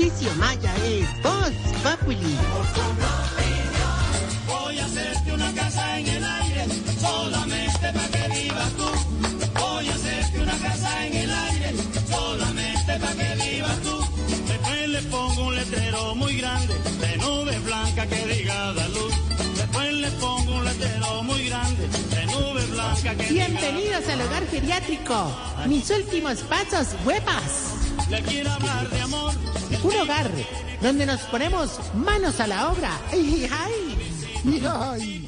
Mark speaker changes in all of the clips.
Speaker 1: Tarcisio Maya es Voz Populi.
Speaker 2: Después le pongo un letrero muy grande de nubes blancas que diga da luz. Después le pongo un letrero muy grande de nubes blancas que diga
Speaker 1: Bienvenidos al hogar geriátrico. Mis últimos pasos, huevas.
Speaker 2: Le quiero hablar de amor,
Speaker 1: Un hogar donde nos ponemos manos a la obra. ¡Ay, ay, ay!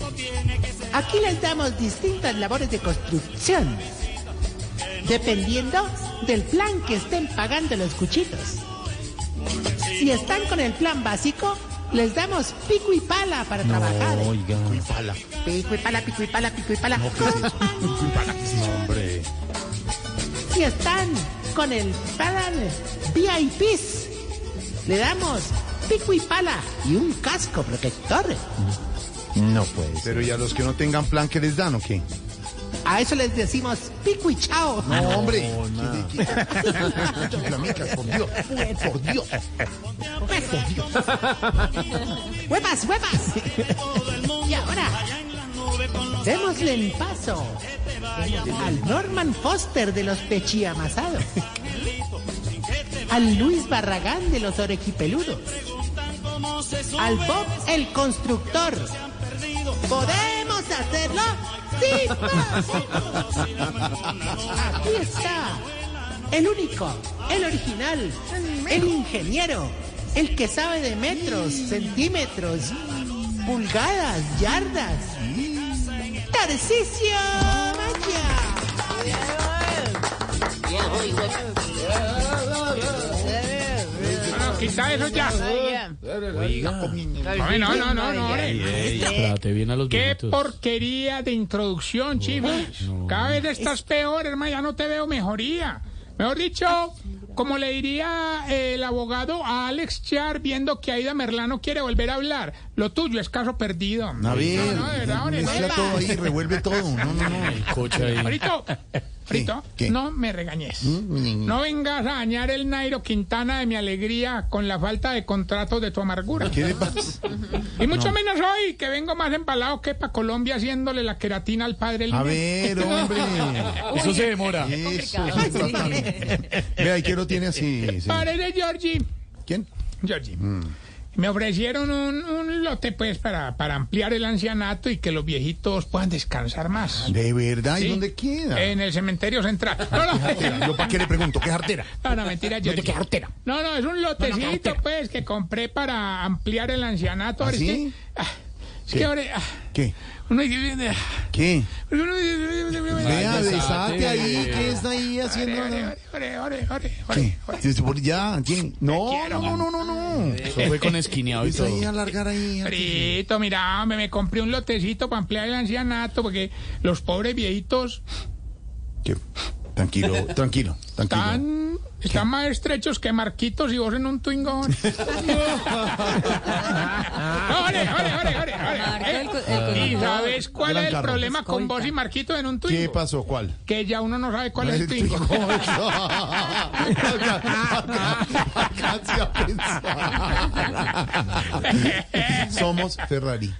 Speaker 1: Aquí les damos distintas labores de construcción, dependiendo del plan que estén pagando los cuchitos. Si están con el plan básico, les damos pico y pala para trabajar. Pico y pala, pico y pala, pico y pala.
Speaker 3: Hombre.
Speaker 1: Y están con el plan VIPs. Le damos pico y pala y un casco protector.
Speaker 3: No puede ser.
Speaker 4: Pero ¿y a los que no tengan plan qué les dan o qué?
Speaker 1: A eso les decimos pico y chao.
Speaker 4: Ah, No, hombre. ¿Qué- qué- qué- Flamicas, por Dios. Por Dios.
Speaker 1: ¡Huevas, huevas! y ahora, démosle el paso al Norman Foster de los pechiamasados. Al Luis Barragán de los orejipeludos. Al Bob el constructor. ¡Podemos hacerlo! ¡Sí! vamos! Aquí está. El único, el original, el ingeniero, el que sabe de metros, centímetros, pulgadas, yardas. Tarcisio Maya.
Speaker 5: Quita eso ya. Oiga. No, no, no, no, hombre. Este,
Speaker 6: Trate bien a los
Speaker 5: Qué
Speaker 6: viejitos.
Speaker 5: porquería de introducción, chico. Cada vez estás peor, hermano. Ya no te veo mejoría. Mejor dicho, como le diría eh, el abogado a Alex Char, viendo que Aida Merlano quiere volver a hablar, lo tuyo es caso perdido.
Speaker 4: A ver,
Speaker 5: No, no, de verdad, hombre,
Speaker 4: mezcla
Speaker 5: no.
Speaker 4: todo ahí, revuelve todo. No, no, no.
Speaker 6: El coche ahí.
Speaker 5: Ah, Frito, Frito,
Speaker 4: ¿Qué?
Speaker 5: no me regañes. No vengas a dañar el Nairo Quintana de mi alegría con la falta de contratos de tu amargura.
Speaker 4: ¿Qué le pasa?
Speaker 5: Y mucho menos hoy, que vengo más empalado que para Colombia haciéndole la queratina al padre
Speaker 4: A
Speaker 5: Linero.
Speaker 4: ver, hombre.
Speaker 6: Eso se demora.
Speaker 4: Eso, sí, tratame. Vea, ¿y qué lo tiene así? sí?
Speaker 5: Padre de Georgie.
Speaker 4: ¿Quién?
Speaker 5: Georgie. Me ofrecieron un, un lote pues para, para ampliar el ancianato y que los viejitos puedan descansar más.
Speaker 4: ¿De verdad? ¿Y
Speaker 5: Sí.
Speaker 4: dónde queda?
Speaker 5: En el cementerio central. No, no.
Speaker 4: ¿Yo para qué le pregunto? ¿Qué es artera?
Speaker 5: No, no, mentira, yo. No, no, es un lotecito, pues, que compré para ampliar el ancianato.
Speaker 4: ¿Ah,
Speaker 5: Ahora es
Speaker 4: sí?
Speaker 5: que- ah, es que
Speaker 4: ¿Qué?
Speaker 5: ahora. ah,
Speaker 4: ¿Qué?
Speaker 5: uno dice, ah,
Speaker 4: ¿Qué?
Speaker 5: uno dice,
Speaker 4: Vea,
Speaker 6: desate,
Speaker 4: desate ahí.
Speaker 6: vea.
Speaker 4: ¿Qué está ahí
Speaker 5: ore,
Speaker 4: haciendo?
Speaker 5: ore, ore, ore, ore,
Speaker 4: ¿Qué?
Speaker 5: ore, ore.
Speaker 4: Ya, ¿quién? No, no, no, no, no, no.
Speaker 6: Eso fue con esquineado y
Speaker 4: Es ahí
Speaker 6: todo.
Speaker 4: alargar ahí.
Speaker 5: Frito, mira, hombre, me compré un lotecito para ampliar el ancianato porque los pobres viejitos
Speaker 4: ¿Qué? Tranquilo, tranquilo, tranquilo.
Speaker 5: están, están más estrechos que Marquitos y vos en un twingón. ore, ore, ore, ore, ore. ¿eh? ¿Y sabes cuál
Speaker 4: Gran
Speaker 5: es el
Speaker 4: carro.
Speaker 5: problema con vos y Marquitos en un twingo?
Speaker 4: ¿Qué pasó? ¿Cuál?
Speaker 5: que ya uno no sabe cuál es
Speaker 4: El
Speaker 5: el tingo.
Speaker 4: Twingo. Alcancé a pensar. Somos Ferrari.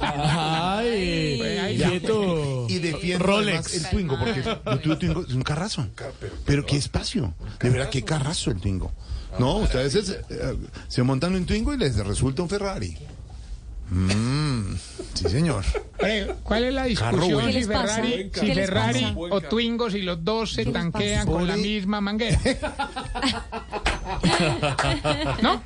Speaker 6: Ay, quieto.
Speaker 4: Y defiendo
Speaker 6: Rolex.
Speaker 4: además el Twingo, porque yo tuve Twingo, es un carrazo. Pero qué espacio. De verdad, qué carrazo el Twingo. No, ustedes es- eh, se montan un Twingo y les resulta un Ferrari. Mm, sí, señor.
Speaker 5: Oye, ¿Cuál es la
Speaker 4: Carro,
Speaker 5: discusión
Speaker 4: güey.
Speaker 5: si
Speaker 7: ¿Qué les pasa?
Speaker 5: Ferrari,
Speaker 7: ¿Qué
Speaker 5: si
Speaker 7: les
Speaker 5: Ferrari
Speaker 7: pasa?
Speaker 5: o Twingo si los dos se
Speaker 7: les
Speaker 5: tanquean
Speaker 4: pasa?
Speaker 5: con la
Speaker 4: Pobre-
Speaker 5: misma manguera? ¿No?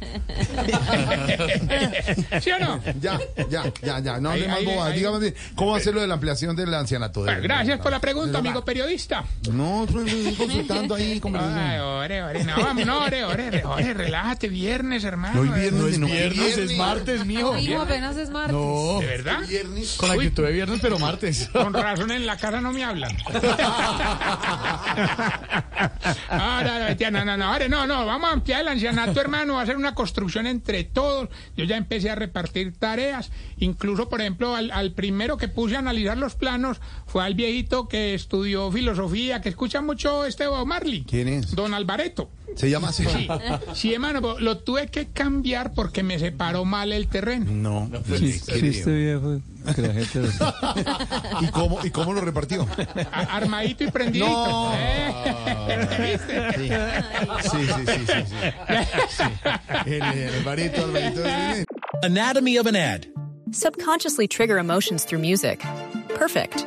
Speaker 5: ¿Sí o no?
Speaker 4: Ya, ya, ya, ya. No
Speaker 5: Ahí,
Speaker 4: hable más
Speaker 5: ahí,
Speaker 4: bobadas.
Speaker 5: ahí.
Speaker 4: Dígame cómo hacer lo de la ampliación del ancianato. de
Speaker 5: Bueno,
Speaker 4: verdad.
Speaker 5: gracias por la pregunta,
Speaker 4: De verdad.
Speaker 5: amigo periodista.
Speaker 4: No, pues, estoy consultando ahí. como le
Speaker 5: Ay,
Speaker 4: dicen.
Speaker 5: ore, ore, no, vamos, no, ore, ore, re- ore, relájate, viernes, hermano.
Speaker 4: No, hoy viernes, no, hoy
Speaker 6: Viernes es martes, mijo.
Speaker 7: Hijo, apenas es martes.
Speaker 6: No.
Speaker 5: ¿De verdad?
Speaker 4: Viernes.
Speaker 6: Con la actitud de viernes, pero martes.
Speaker 5: Con razón en la cara no me hablan. Ahora, Ah, no, mentira, no, no, no, ahora no, no, vamos a ampliar el ancianato, hermano, va a ser una construcción entre todos. Yo ya empecé a repartir tareas, incluso, por ejemplo, al, al primero que puse a analizar los planos fue al viejito que estudió filosofía, que escucha mucho este Bob Marley.
Speaker 4: ¿Quién es?
Speaker 5: Don Albareto.
Speaker 4: Se llama así.
Speaker 5: Sí, sí, hermano, pero lo tuve que cambiar porque me separó mal el terreno.
Speaker 4: No.
Speaker 5: pues,
Speaker 4: Sí, ¿Y cómo, ¿Y cómo lo repartió?
Speaker 5: A- armadito y prendidito.
Speaker 4: No.
Speaker 5: Eh, ¿viste?
Speaker 4: Sí, sí, sí, sí. sí. El, el barito, el barito.
Speaker 8: Anatomy of an ad.
Speaker 9: Subconsciously trigger emotions through music. Perfect.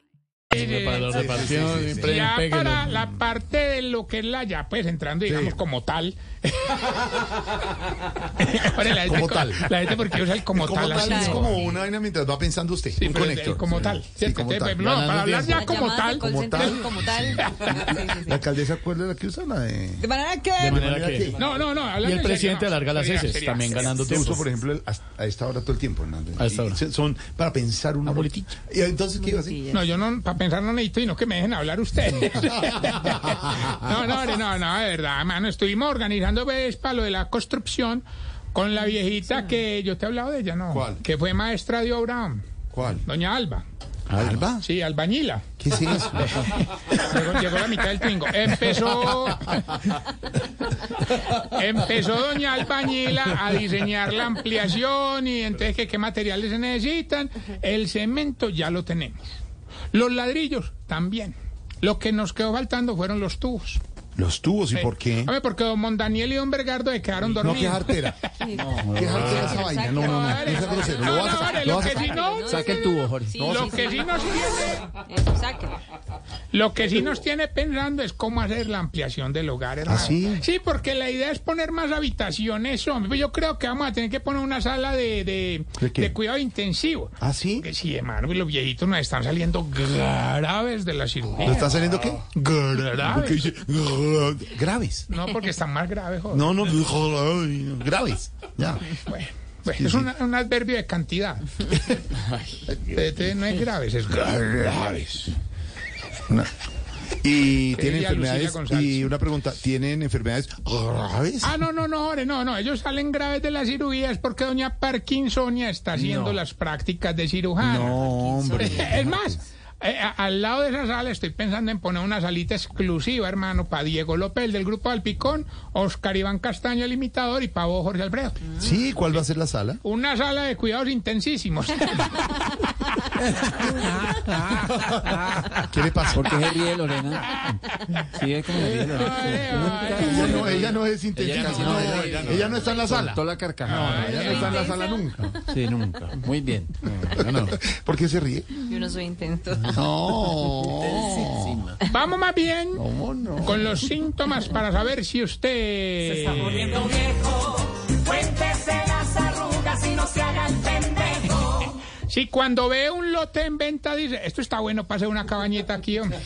Speaker 6: Lo repartió y pre-
Speaker 5: Ya
Speaker 6: péguelo.
Speaker 5: para la parte de lo que es la ya, pues entrando, digamos, como tal. Ahora, la gente,
Speaker 4: Como
Speaker 5: co-
Speaker 4: tal.
Speaker 5: La gente porque usa el como,
Speaker 4: Como
Speaker 5: tal.
Speaker 4: tal,
Speaker 5: así.
Speaker 4: es como una vaina mientras va pensando usted.
Speaker 5: Sí,
Speaker 4: un
Speaker 5: pero es-
Speaker 4: conector.
Speaker 5: como tal. ¿cierto?
Speaker 4: como
Speaker 5: Entonces,
Speaker 4: tal.
Speaker 5: pues, no,
Speaker 6: Ganando
Speaker 5: para hablar
Speaker 6: tiempo.
Speaker 5: ya como tal.
Speaker 7: Como
Speaker 4: tal.
Speaker 7: tal. Como tal. Sí, sí, sí.
Speaker 4: La alcaldesa, ¿cuál es la que usa? La de...
Speaker 7: De manera que.
Speaker 6: De manera que.
Speaker 5: No, no, no. hablando
Speaker 6: Y
Speaker 5: en
Speaker 6: el
Speaker 5: serio,
Speaker 6: presidente
Speaker 5: no,
Speaker 6: alarga las
Speaker 5: sería-
Speaker 6: heces,
Speaker 5: sería-
Speaker 6: también ganando
Speaker 4: Yo uso,
Speaker 6: tiempo.
Speaker 4: por ejemplo, el- hasta- a esta hora todo el tiempo, Hernández.
Speaker 6: A esta hora.
Speaker 4: Y Son para pensar una boletita. Y entonces, ¿qué iba a decir?
Speaker 5: No, yo no, para pensar no necesito, sino que me dejen hablar ustedes. no, no, hombre, no, no, de verdad, mano, estuvimos organizando, ves, para lo de la construcción con la viejita que yo te he hablado de ella, ¿no?
Speaker 4: ¿Cuál?
Speaker 5: Que fue maestra de obra,
Speaker 4: ¿Cuál?
Speaker 5: doña Alba,
Speaker 4: ¿Alba?
Speaker 5: sí, albañila.
Speaker 4: ¿Qué es eso?
Speaker 5: Llegó, llegó la mitad del twingo. Empezó. Empezó Doña Albañila a diseñar la ampliación y entonces que qué materiales se necesitan. El cemento ya lo tenemos. Los ladrillos también. Lo que nos quedó faltando fueron los tubos.
Speaker 4: Los tubos, ¿y por qué?
Speaker 5: A ver, porque don Mondaniel y don Bergardo se quedaron
Speaker 4: ¿Eh? No, que es
Speaker 5: dormidos.
Speaker 4: artera. Que es artera esa vaina. No, no, no. No seas grosero. Lo vas a
Speaker 5: vale,
Speaker 4: sacar.
Speaker 5: lo
Speaker 4: Lo vas a
Speaker 5: que sí
Speaker 4: sacar.
Speaker 5: no-
Speaker 7: Saque el tubo, Jorge.
Speaker 5: Lo que sí nos tiene,
Speaker 7: Eso, sáquelo.
Speaker 5: lo que sí nos tiene pensando es cómo hacer la ampliación del hogar, hermano.
Speaker 4: ¿Ah, sí?
Speaker 5: Sí, porque la idea es poner más habitaciones, hombre. Pues Yo creo que vamos a tener que poner una sala de, de,
Speaker 4: ¿De qué?
Speaker 5: de cuidado intensivo.
Speaker 4: ¿Ah, sí?
Speaker 5: Que sí, hermano, y los viejitos nos están saliendo graves de la
Speaker 4: ¿Lo
Speaker 5: cirugía.
Speaker 4: está saliendo qué? Porque
Speaker 5: Graves.
Speaker 4: dice, "Grrr", Graves.
Speaker 5: No, porque están más graves, joder.
Speaker 4: No, no, "Grrr", graves. Ya.
Speaker 5: Bueno, bueno, es una- un adverbio de cantidad. Entonces, no es graves, es graves.
Speaker 4: Una- Y
Speaker 5: Que
Speaker 4: tienen
Speaker 5: diga Lucía
Speaker 4: enfermedades.
Speaker 5: González.
Speaker 4: Y una pregunta: ¿tienen enfermedades graves?
Speaker 5: Ah, no, no, no, hombre, no, no. Ellos salen graves de las cirugías porque doña Parkinsonia está haciendo las prácticas de cirujana.
Speaker 4: No, hombre.
Speaker 5: es más, eh, a- al lado de esa sala estoy pensando en poner una salita exclusiva, hermano, para Diego López el del grupo Alpicón, Oscar Iván Castaño, el imitador, y para vos, Jorge Alfredo.
Speaker 4: Sí, ¿cuál va a ser la sala?
Speaker 5: Una sala de cuidados intensísimos.
Speaker 4: ¿Qué le pasa?
Speaker 10: ¿Qué se ríe Lorena? Sí, es como se ríe Lorena.
Speaker 5: Ay, ay,
Speaker 4: Ella no, ella no es
Speaker 10: Ella
Speaker 4: intensiva.
Speaker 10: casi
Speaker 4: No,
Speaker 10: no,
Speaker 4: ella,
Speaker 10: ella
Speaker 4: no, está en la sala.
Speaker 10: Toda la carcajada.
Speaker 4: Ella no está en la sala nunca.
Speaker 10: Sí, nunca. Muy bien.
Speaker 4: No, no. ¿Por qué se ríe?
Speaker 7: Yo no soy intento.
Speaker 4: No.
Speaker 5: Vamos más bien
Speaker 4: ¿Cómo no?
Speaker 5: con los síntomas para saber si usted... Si cuando ve un lote en venta dice, esto está bueno para hacer una cabañeta aquí, hombre.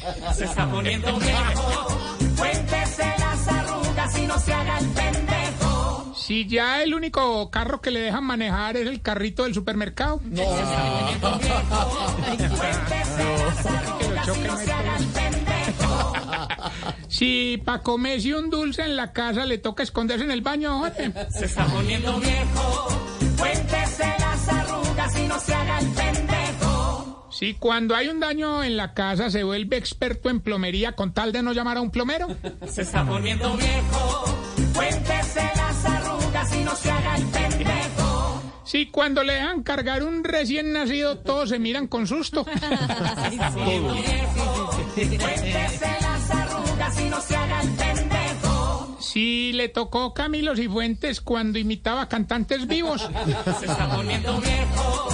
Speaker 5: Si ya el único carro que le dejan manejar es el carrito del supermercado. No. Que lo choquen, no hay problema. Si para comerse un dulce en la casa le toca esconderse en el baño, Jorge. Si cuando hay un daño en la casa se vuelve experto en plomería con tal de no llamar a un plomero. Se Si cuando le dejan cargar un recién nacido, todos se miran con susto.
Speaker 11: Cuéntese las arrugas y no se haga el pendejo.
Speaker 5: Si le tocó Camilo Cifuentes cuando imitaba cantantes vivos.
Speaker 11: Se está poniendo viejo.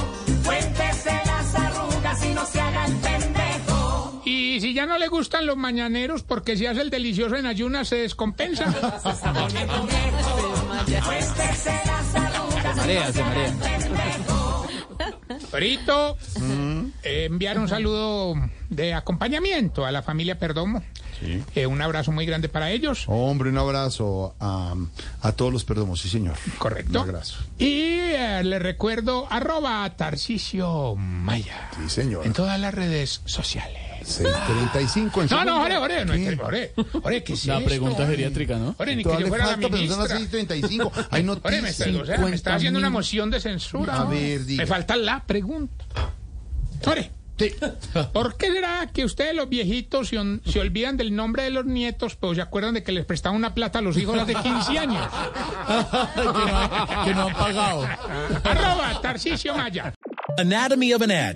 Speaker 11: Cuéntese las arrugas y no se haga el pendejo.
Speaker 5: Y si ya no le gustan los mañaneros porque si hace el delicioso en ayunas se descompensa.
Speaker 11: Se está poniendo viejo. Cuéntese las arrugas y no
Speaker 10: Marea, se
Speaker 11: se haga
Speaker 10: marea.
Speaker 11: el pendejo.
Speaker 5: Perito, eh, enviar un saludo de acompañamiento a la familia Perdomo. Eh, un abrazo muy grande para ellos.
Speaker 4: Hombre, un abrazo a, a todos los perdomos, sí, señor.
Speaker 5: Correcto.
Speaker 4: Un abrazo.
Speaker 5: Y eh, le recuerdo arroba Tarcicio Maya
Speaker 4: Sí, señor.
Speaker 5: en todas las redes sociales.
Speaker 4: 635 en
Speaker 5: No, no,
Speaker 4: segundo.
Speaker 5: Jorge, Jorge, no,
Speaker 4: ¿Qué?
Speaker 5: este- Jorge, Jorge, ¿qué es
Speaker 6: La
Speaker 5: esto,
Speaker 6: pregunta
Speaker 5: Jorge?
Speaker 6: geriátrica, ¿no?
Speaker 5: Jorge, ni que
Speaker 4: Todavía
Speaker 5: yo
Speaker 4: le
Speaker 5: fuera la
Speaker 4: falta, pero son las
Speaker 5: ministra.
Speaker 4: 635. Hay
Speaker 5: Jorge, me
Speaker 4: noticias.
Speaker 5: está, o sea, me está haciendo una
Speaker 4: 50.000.
Speaker 5: moción de censura.
Speaker 4: A ver, diga.
Speaker 5: Me falta la pregunta. Jorge.
Speaker 4: Sí.
Speaker 5: ¿Por qué será que ustedes los viejitos se, on- se olvidan del nombre de los nietos, pero se acuerdan de que les prestaban una plata a los hijos hace 15 años?
Speaker 6: que, no han, que no han pagado.
Speaker 5: Arroba Tarcicio Maya.
Speaker 8: Anatomy of an ad.